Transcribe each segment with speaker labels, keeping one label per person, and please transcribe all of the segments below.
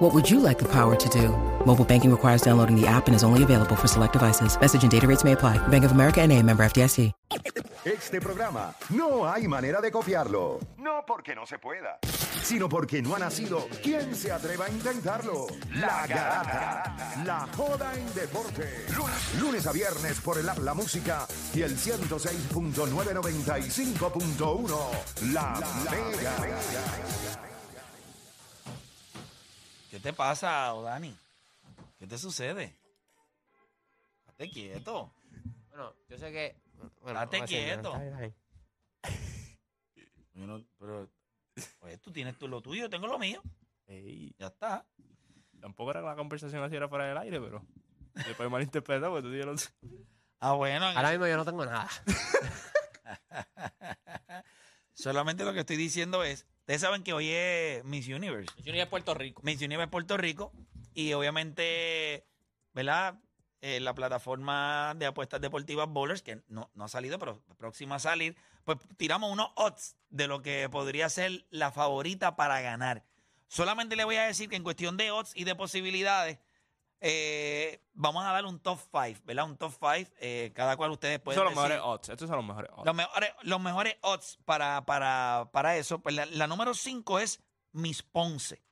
Speaker 1: What would you like the power to do? Mobile banking requires downloading the app and is only available for select devices. Message and data rates may apply. Bank of America and a member FDIC.
Speaker 2: Este programa no hay manera de copiarlo. No porque no se pueda, sino porque no ha nacido quien se atreva a intentarlo. La garata. La joda en deporte. Lunes, lunes a viernes por el app La Música y el 106.995.1. La, Mega.
Speaker 3: ¿Qué te pasa, Odani? ¿Qué te sucede? Estate quieto.
Speaker 4: Bueno, yo sé que. Bueno,
Speaker 3: Date
Speaker 4: vamos a seguir,
Speaker 3: quieto.
Speaker 4: está bien, está bien.
Speaker 3: Yo no- pero, oye, tú tienes tú lo tuyo, yo tengo lo mío.
Speaker 5: Ey,
Speaker 3: Ya está.
Speaker 5: tampoco era que la conversación así era fuera del aire, pero después malinterpretado porque tú tienes lo tuyo.
Speaker 3: Ah, bueno. en-
Speaker 4: Ahora mismo yo no tengo nada.
Speaker 3: Solamente lo que estoy diciendo es, ustedes saben que hoy es Miss Universe.
Speaker 4: Yo ni de Puerto Rico.
Speaker 3: Miss Universe Puerto Rico. Y obviamente, ¿verdad? Eh, la plataforma de apuestas deportivas Bowlers, que no, no ha salido, pero próxima a salir, pues tiramos unos odds de lo que podría ser la favorita para ganar. Solamente le voy a decir que en cuestión de odds y de posibilidades, eh, vamos a dar un top 5, ¿verdad? Un top 5, cada cual ustedes
Speaker 5: Estos
Speaker 3: pueden
Speaker 5: son los
Speaker 3: decir-
Speaker 5: mejores odds. Estos son los mejores odds.
Speaker 3: los mejores, los mejores odds para, para, para eso. Pues la, la número 5 es Miss Ponce.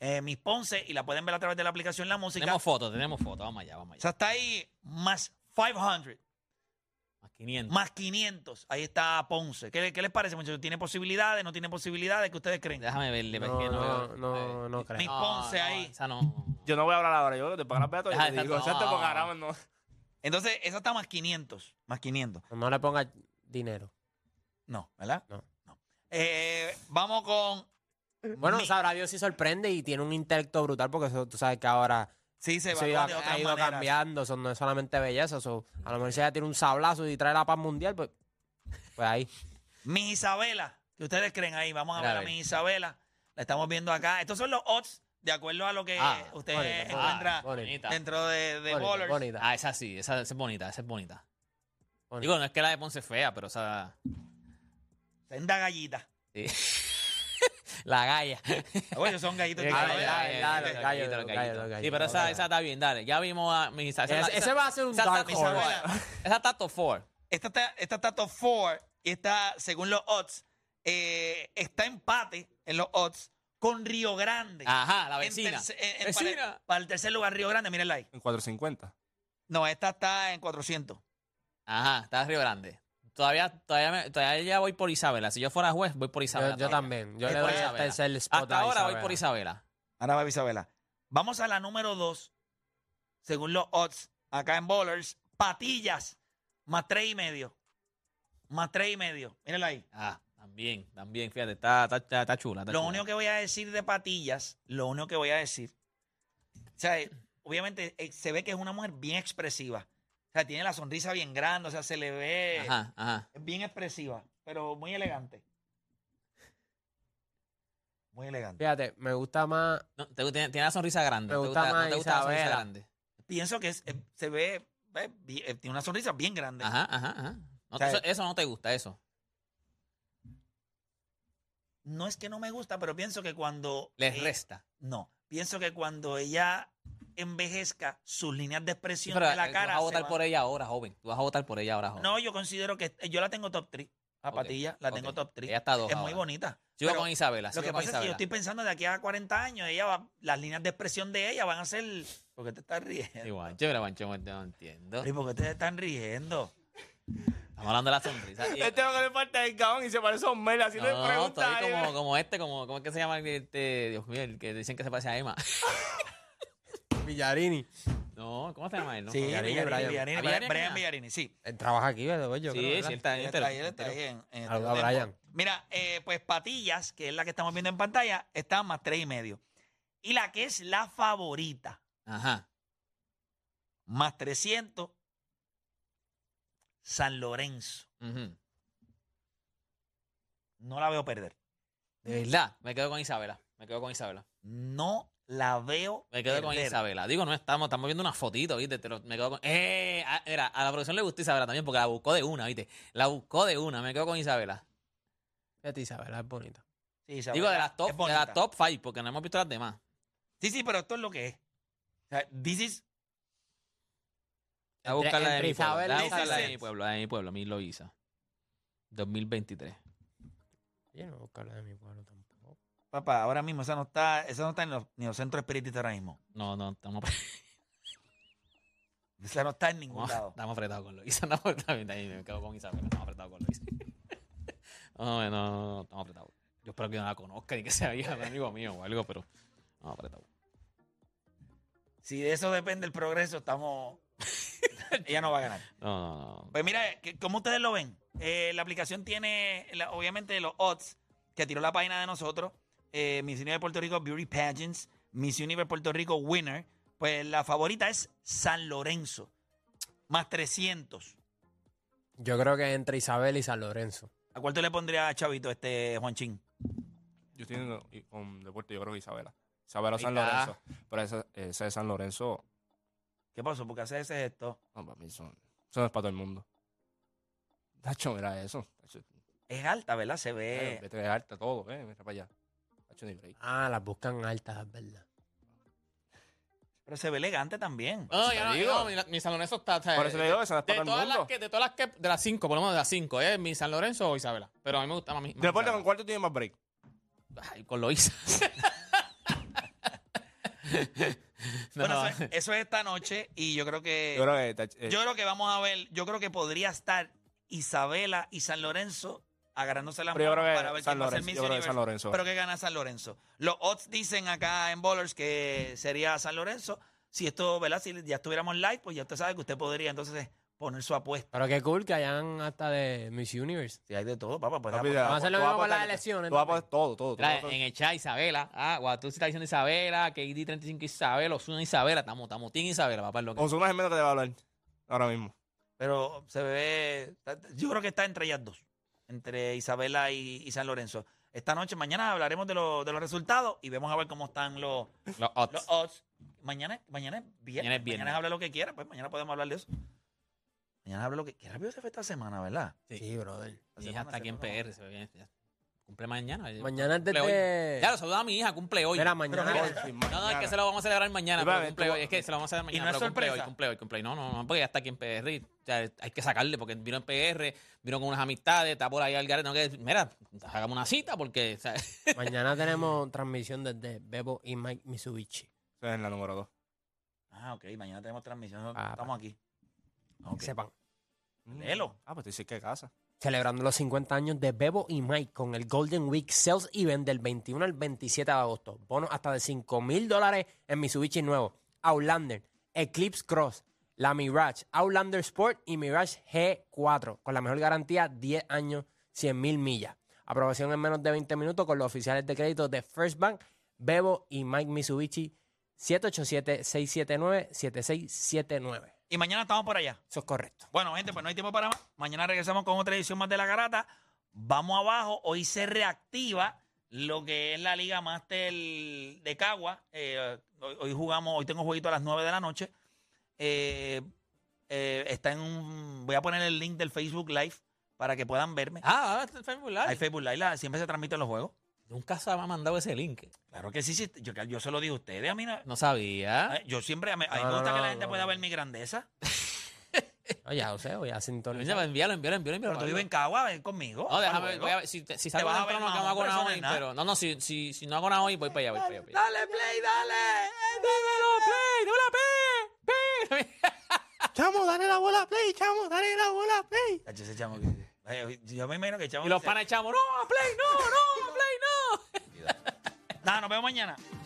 Speaker 3: Eh, Miss Ponce, y la pueden ver a través de la aplicación La Música.
Speaker 6: Tenemos fotos, tenemos fotos. Vamos allá, vamos
Speaker 3: O
Speaker 6: allá.
Speaker 3: sea, está ahí más 500,
Speaker 6: Más 500.
Speaker 3: más 500. Ahí está Ponce. ¿Qué, le- qué les parece, muchachos? ¿Tiene posibilidades? ¿No tiene posibilidades? ¿Qué ustedes creen?
Speaker 6: Déjame verle.
Speaker 4: No,
Speaker 6: porque
Speaker 4: no,
Speaker 6: veo.
Speaker 4: no,
Speaker 6: Eh,
Speaker 4: no
Speaker 3: Miss
Speaker 4: creo.
Speaker 3: Ponce
Speaker 6: no,
Speaker 3: ahí.
Speaker 6: Esa no.
Speaker 5: Yo no voy a hablar ahora, yo te pago las betas y
Speaker 6: Ah,
Speaker 5: te digo,
Speaker 6: exacto.
Speaker 5: exacto, porque ahora no.
Speaker 3: Entonces, esa está más 500. Más 500.
Speaker 4: No le ponga dinero.
Speaker 3: No, ¿verdad?
Speaker 4: No.
Speaker 3: Eh, vamos con.
Speaker 4: Bueno,
Speaker 3: Mi-
Speaker 4: sabrá Dios si sorprende y tiene un intelecto brutal porque eso, tú sabes que ahora
Speaker 3: Sí, se
Speaker 4: eso
Speaker 3: va
Speaker 4: ha
Speaker 3: de
Speaker 4: ido,
Speaker 3: otras
Speaker 4: ha ido
Speaker 3: maneras.
Speaker 4: cambiando. Eso no es solamente belleza. eso, a lo mejor si ella tiene un sablazo y trae la paz mundial, pues, pues ahí.
Speaker 3: Miss Isabela, ¿qué ustedes creen ahí? Vamos a
Speaker 6: Mira,
Speaker 3: ver a
Speaker 6: a ver.
Speaker 3: Miss Isabela. La estamos viendo acá. Estos son los odds de acuerdo a lo que
Speaker 4: Ah,
Speaker 3: usted
Speaker 4: bonita,
Speaker 3: encuentra
Speaker 4: bonita,
Speaker 6: bonita.
Speaker 3: dentro de, de
Speaker 4: Bonita,
Speaker 3: Ballers.
Speaker 4: bonita,
Speaker 6: Ah, esa sí, esa, esa es bonita, esa es bonita.
Speaker 4: bonita.
Speaker 6: Digo, no es que la de Ponce es fea, pero esa.
Speaker 3: Senda gallita.
Speaker 6: sí. la galla.
Speaker 3: Oye, Ah, ellos son gallitos.
Speaker 4: Ah,
Speaker 3: tú sabes.
Speaker 4: dale, dale, dale,
Speaker 6: Los
Speaker 4: gallo,
Speaker 6: gallitos, los
Speaker 4: gallo,
Speaker 6: gallitos.
Speaker 4: gallo,
Speaker 6: Sí, pero esa,
Speaker 4: gallo.
Speaker 6: esa está bien, dale. Ya vimos a mi esa,
Speaker 4: Ese- ese va a ser un
Speaker 6: esa está-
Speaker 4: dark
Speaker 6: esa-
Speaker 3: horse.
Speaker 6: Esa está top four.
Speaker 3: Esta está, esta está top 4 y está, según los odds, eh, está empate en los odds con Río Grande.
Speaker 4: Ah,
Speaker 6: Ajá, la
Speaker 3: En
Speaker 6: vecina.
Speaker 3: terce- en- en- para, el,
Speaker 6: Vecina.
Speaker 3: para el tercer lugar, Río Grande, mírenla ahí.
Speaker 5: En 450.
Speaker 3: No, esta está en 400.
Speaker 6: Ajá, está Río Grande. Todavía, todavía, me- todavía ya voy por Isabela. Si yo fuera juez, voy por
Speaker 4: Yo,
Speaker 6: Isabela.
Speaker 4: yo
Speaker 6: todavía.
Speaker 4: también. Yo
Speaker 6: Es
Speaker 4: le
Speaker 6: por
Speaker 4: doy hasta
Speaker 6: Isabela.
Speaker 4: el ser spot
Speaker 6: Hasta
Speaker 4: a
Speaker 6: ahora voy por
Speaker 4: Isabela.
Speaker 6: Isabela.
Speaker 3: Ahora va Isabela. Vamos a la número 2. Según los odds, acá en Bowlers, patillas. Más tres y medio. Más tres y medio. Mírala ahí.
Speaker 6: Ah, también, también, fíjate, está, está, está, está chula. está
Speaker 3: Lo
Speaker 6: chula.
Speaker 3: único que voy a decir de patillas, lo único que voy a decir. O sea, eh, obviamente eh, se ve que es una mujer bien expresiva. O sea, tiene la sonrisa bien grande, o sea, se le ve
Speaker 6: Ajá, ajá.
Speaker 3: es bien expresiva, pero muy elegante. Muy elegante.
Speaker 4: Fíjate, me gusta más.
Speaker 6: No, te- tiene, tiene la sonrisa grande.
Speaker 4: Me
Speaker 6: ¿Te
Speaker 4: gusta más
Speaker 6: ¿no te gusta la sonrisa
Speaker 4: Isabela.
Speaker 6: grande?
Speaker 3: Pienso que es- eh, se ve, eh, bien- eh, tiene una sonrisa bien grande.
Speaker 6: Ajá, ajá, ajá. No,
Speaker 3: O sea,
Speaker 6: eso, eso no te gusta, eso.
Speaker 3: no es que no me gusta, pero pienso que cuando.
Speaker 6: Les
Speaker 3: eh,
Speaker 6: resta.
Speaker 3: No, pienso que cuando ella envejezca, sus líneas de expresión
Speaker 6: pero
Speaker 3: de la
Speaker 6: eh,
Speaker 3: cara.
Speaker 6: tú vas a
Speaker 3: se
Speaker 6: votar
Speaker 3: van-
Speaker 6: por ella ahora, joven. Tú vas a votar por ella ahora, joven.
Speaker 3: No, yo considero que eh, yo la tengo top 3. A
Speaker 6: Ok,
Speaker 3: Patilla la
Speaker 6: ok.
Speaker 3: tengo top 3.
Speaker 6: Ella está dos
Speaker 3: Es muy
Speaker 6: ahora.
Speaker 3: bonita.
Speaker 6: Sigo
Speaker 3: Pero
Speaker 6: con Isabela.
Speaker 3: Lo
Speaker 6: sigo
Speaker 3: que
Speaker 6: con
Speaker 3: pasa es que yo
Speaker 6: Isabela.
Speaker 3: estoy pensando de aquí a 40 años, ella va, las líneas de expresión de ella van a ser. ¿Por qué te estás riendo?
Speaker 6: Igual, yo la guancho, guancho, no entiendo.
Speaker 3: ¿Y por qué te están riendo?
Speaker 6: Estamos hablando de la sonrisa. Y-
Speaker 5: Este lo que le falta es el cabrón y se parece a Osmel
Speaker 6: no,
Speaker 5: haciendo
Speaker 6: no, estoy
Speaker 5: preguntas. ahí,
Speaker 3: eh.
Speaker 6: como,
Speaker 5: ¿verdad?
Speaker 6: como este, como, ¿cómo es que se llama? Este, Dios mío, el que dicen que se parece a Emma.
Speaker 4: Villarini.
Speaker 6: No, ¿cómo se llama él? No,
Speaker 3: sí,
Speaker 6: Brian.
Speaker 3: Villarini,
Speaker 4: Brian.
Speaker 3: Villarini,
Speaker 6: ¿A
Speaker 3: Brian,
Speaker 6: Villarini?
Speaker 3: Brian Villarini, sí.
Speaker 4: Él trabaja aquí, ¿verdad? Pues Yo
Speaker 6: Sí,
Speaker 4: creo, ¿verdad?
Speaker 6: sí, él está
Speaker 3: Él
Speaker 6: en
Speaker 3: está ahí, él está ahí en- en
Speaker 4: Saluda a
Speaker 3: Tempo.
Speaker 4: Brian.
Speaker 3: Mira, eh, pues Patillas, que es la que estamos viendo en pantalla, está más tres y medio. Y la que es la favorita,
Speaker 6: Ajá.
Speaker 3: más 300, San Lorenzo.
Speaker 6: Ujú.
Speaker 3: No la veo perder.
Speaker 6: De verdad, me quedo con Isabela. Me quedo con Isabela.
Speaker 3: No la veo
Speaker 6: Me quedo con
Speaker 3: perder.
Speaker 6: Isabela. Digo, no estamos, estamos viendo una fotito, ¿viste? Te lo- me quedo con. ¡Eh! Ah, Era, a la producción le gustó Isabela también porque la buscó de una, ¿viste? La buscó de una, me quedo con Isabela.
Speaker 4: Fíjate, Isabela, es bonita.
Speaker 3: Sí, Isabela
Speaker 6: Digo, de las
Speaker 3: es
Speaker 6: top, de
Speaker 3: bonita.
Speaker 6: las top five, porque no hemos visto las demás.
Speaker 3: Sí, sí, pero esto es lo que es. O sea, this is
Speaker 6: A buscarla de
Speaker 4: entre
Speaker 6: mi pueblo.
Speaker 4: Isabela
Speaker 6: La
Speaker 3: y
Speaker 6: buscarla de
Speaker 3: Isabela.
Speaker 6: mi pueblo, la de mi pueblo, mi Loisa. 2023.
Speaker 4: Yo no busco la de mi pueblo tampoco.
Speaker 3: Papá, ahora mismo esa no está, esa no está en los, ni los centros espiritistas ahora mismo.
Speaker 6: No, no, estamos,
Speaker 3: Esa no está en ningún
Speaker 6: estamos,
Speaker 3: lado.
Speaker 6: estamos apretados con pues, Loisa. Estamos apretados. Ahí Me quedo con Isabela, estamos apretados con Loisa. No, no, no, no, estamos apretados. Yo espero que no la conozca ni que sea hija de un amigo mío o algo, pero. No, apretados.
Speaker 3: Si de eso depende el progreso, estamos. Ella no va a ganar.
Speaker 6: No, no, no.
Speaker 3: Pues mira, que- ¿cómo ustedes lo ven? Eh, la aplicación tiene, la- obviamente, los odds que tiró la página de nosotros. Eh, Miss Universe Puerto Rico Beauty Pageants, Miss Universe Puerto Rico Winner. Pues la favorita es San Lorenzo, más 300.
Speaker 4: Yo creo que entre Isabela y San Lorenzo.
Speaker 3: ¿A cuál tú le pondría Chavito este Juanchín?
Speaker 5: Yo estoy en- y- con deporte, yo creo que Isabela. Isabela o
Speaker 6: Ahí
Speaker 5: San
Speaker 6: está.
Speaker 5: Lorenzo. Pero esa, esa de San Lorenzo,
Speaker 3: ¿Qué pasó? Porque hace ese gesto.
Speaker 5: no, para mí son, eso no es para todo el mundo. Nacho, mira eso.
Speaker 6: Eh.
Speaker 5: Nacho,
Speaker 3: Es alta, ¿verdad? Se ve.
Speaker 5: vete de alta todo, eh, mira para allá. Nacho, ni break.
Speaker 4: Ah, las buscan altas, es verdad.
Speaker 3: Pero se ve elegante también.
Speaker 6: No,
Speaker 5: eso
Speaker 6: yo
Speaker 5: te
Speaker 6: no,
Speaker 5: digo.
Speaker 6: yo no, mi, la- mi San Lorenzo está. está-
Speaker 5: Por eso te digo, esa no es
Speaker 6: Eh,
Speaker 5: para
Speaker 6: de
Speaker 5: todo el
Speaker 6: todas las
Speaker 5: mundo.
Speaker 6: que, de todas las que, de las cinco, por lo menos de las cinco, ¿eh? Mi San Lorenzo o Isabela. Pero a mí me gusta más mi. más
Speaker 5: Deporte con
Speaker 6: Isabela.
Speaker 5: cuarto tiene más break.
Speaker 6: Ay, con Loisa. No,
Speaker 3: Bueno, eso, es- eso es esta noche y yo creo que.
Speaker 5: Yo creo que está- eh,
Speaker 3: Yo creo que vamos a ver, yo creo que podría estar Isabela y San Lorenzo agarrándose las
Speaker 5: Pero yo
Speaker 3: manos
Speaker 5: creo que
Speaker 3: para ver
Speaker 5: San
Speaker 3: quién va a ser
Speaker 5: Lorenzo,
Speaker 3: Miss
Speaker 5: yo creo que San
Speaker 3: Universe.
Speaker 5: Lorenzo.
Speaker 3: Pero que gana San Lorenzo. Los odds dicen acá en Bowlers que sería San Lorenzo. Si esto, ¿verdad? Si ya estuviéramos live, pues ya usted sabe que usted podría entonces poner su apuesta.
Speaker 4: Pero qué cool que hayan hasta de Miss Universe.
Speaker 3: Si hay de todo, papá, pues
Speaker 5: papi,
Speaker 3: apuesta.
Speaker 5: ya,
Speaker 4: vamos a hacer lo
Speaker 5: tú vas
Speaker 4: mismo con las
Speaker 5: apostar-
Speaker 4: elecciones,
Speaker 5: Tú vas a
Speaker 4: ¿no?
Speaker 5: apostar todo, todo. tú vas a
Speaker 6: Mira,
Speaker 5: apostar-
Speaker 6: en el chat Isabela, ah, Guatú sí está diciendo Isabela, KD35 Isabela, Osuna Isabela, estamos, estamos, Team Isabela, papá, es lo que.
Speaker 5: Osuna es el menos que te va a hablar ahora mismo.
Speaker 3: Pero se ve. Yo creo que está entre ellas dos. Entre Isabela y, y San Lorenzo. Esta noche, mañana hablaremos de, lo- de los resultados y vemos a ver cómo están los,
Speaker 6: Los odds.
Speaker 3: los odds. Mañana, mañana es viernes.
Speaker 6: Mañana es viernes.
Speaker 3: habla lo que quiera, pues mañana podemos hablar de eso. Mañana habla lo que. Qué rápido se fue esta semana, ¿verdad?
Speaker 6: Sí.
Speaker 4: brother.
Speaker 6: Mi hija está aquí en PR, se ve bien. ya. Cumple mañana. ya.
Speaker 4: Mañana es
Speaker 6: Cumple
Speaker 4: desde-
Speaker 6: hoy. Ya lo saluda a mi hija, cumple hoy.
Speaker 4: Mira, mañana.
Speaker 6: Pero
Speaker 5: Hoy,
Speaker 6: mira,
Speaker 5: sí,
Speaker 6: No, no, es
Speaker 5: mañana.
Speaker 6: que se lo vamos a celebrar mañana,
Speaker 5: Y
Speaker 6: pero
Speaker 5: va a ver,
Speaker 6: cumple
Speaker 5: tú-
Speaker 6: hoy. Es que se lo vamos a celebrar
Speaker 3: Y
Speaker 6: mañana,
Speaker 3: no es
Speaker 6: pero cumple hoy,
Speaker 3: sorpresa.
Speaker 6: cumple hoy, cumple hoy. No, no, no, porque ya está aquí en PR. y, o sea, hay que sacarle porque vino en PR, vino con unas amistades, está por ahí al garete. No, que, mira, hagamos una cita porque... o sea,
Speaker 4: Mañana tenemos transmisión desde Bebo y Mike Mitsubishi.
Speaker 5: Esa es la número dos.
Speaker 3: Ah, ok. Mañana tenemos transmisión. no-
Speaker 4: Ah,
Speaker 3: Estamos aquí.
Speaker 4: Que Sepan.
Speaker 3: Léelo.
Speaker 5: Ah, pues te dice que casa.
Speaker 4: Celebrando los 50 años de Bebo y Mike con el Golden Week Sales Event del 21 al 27 de agosto. Bonos hasta de 5 mil dólares en Mitsubishi nuevo. Outlander, Eclipse Cross, la Mirage, Outlander Sport y Mirage G4. Con la mejor garantía, 10 años, 100 mil millas. Aprobación en menos de 20 minutos con los oficiales de crédito de First Bank, Bebo y Mike Mitsubishi. 787-679-7679.
Speaker 3: Y mañana estamos por allá.
Speaker 4: Eso es correcto.
Speaker 3: Bueno, gente, pues no hay tiempo para más. Mañana regresamos con otra edición más de La Garata. Vamos abajo. Hoy se reactiva lo que es la Liga Master de Cagua. Eh, hoy, hoy jugamos, hoy tengo jueguito a las 9 de la noche. Eh, eh, está en un... Voy a poner el link del Facebook Live para que puedan verme.
Speaker 6: ah, está el Facebook Live.
Speaker 3: Hay Facebook Live, la- siempre se transmiten los juegos.
Speaker 6: Nunca se me ha mandado ese link.
Speaker 3: Claro que sí, sí, yo, yo se lo digo a ustedes. A mí, no-
Speaker 6: No sabía.
Speaker 3: a- yo siempre... A mí, a mí
Speaker 4: No,
Speaker 3: me
Speaker 4: no,
Speaker 3: gusta que
Speaker 4: no,
Speaker 3: la gente
Speaker 4: no,
Speaker 3: pueda
Speaker 4: no.
Speaker 3: ver mi grandeza.
Speaker 4: Oye, José, voy a sintonizar.
Speaker 6: Envíalo, envíalo, envíalo, envíalo.
Speaker 3: Pero tú vives en Cagua, ven conmigo.
Speaker 6: No,
Speaker 3: para el
Speaker 6: déjame,
Speaker 3: juego.
Speaker 6: voy a ver. Si, te- si salgo
Speaker 3: vas a
Speaker 6: temprano,
Speaker 3: ver
Speaker 6: que no hago
Speaker 3: mamón, pero eso
Speaker 6: nada
Speaker 3: no es
Speaker 6: hoy,
Speaker 3: nada.
Speaker 6: pero... No, no, si, si, si no hago nada hoy, voy para allá, voy para allá. voy para allá.
Speaker 3: Dale play, dale.
Speaker 6: ¡Dale, play! ¡Dale, play!
Speaker 5: Chamo, dale la bola a play, chamo, dale la bola a play.
Speaker 3: Cacho, ese chamo que- Ay, Yo me imagino que el chamo.
Speaker 6: Y los
Speaker 3: se-
Speaker 6: panas echamos, ¡no, a play, no, no, a play, no!
Speaker 3: Nada, nos vemos mañana.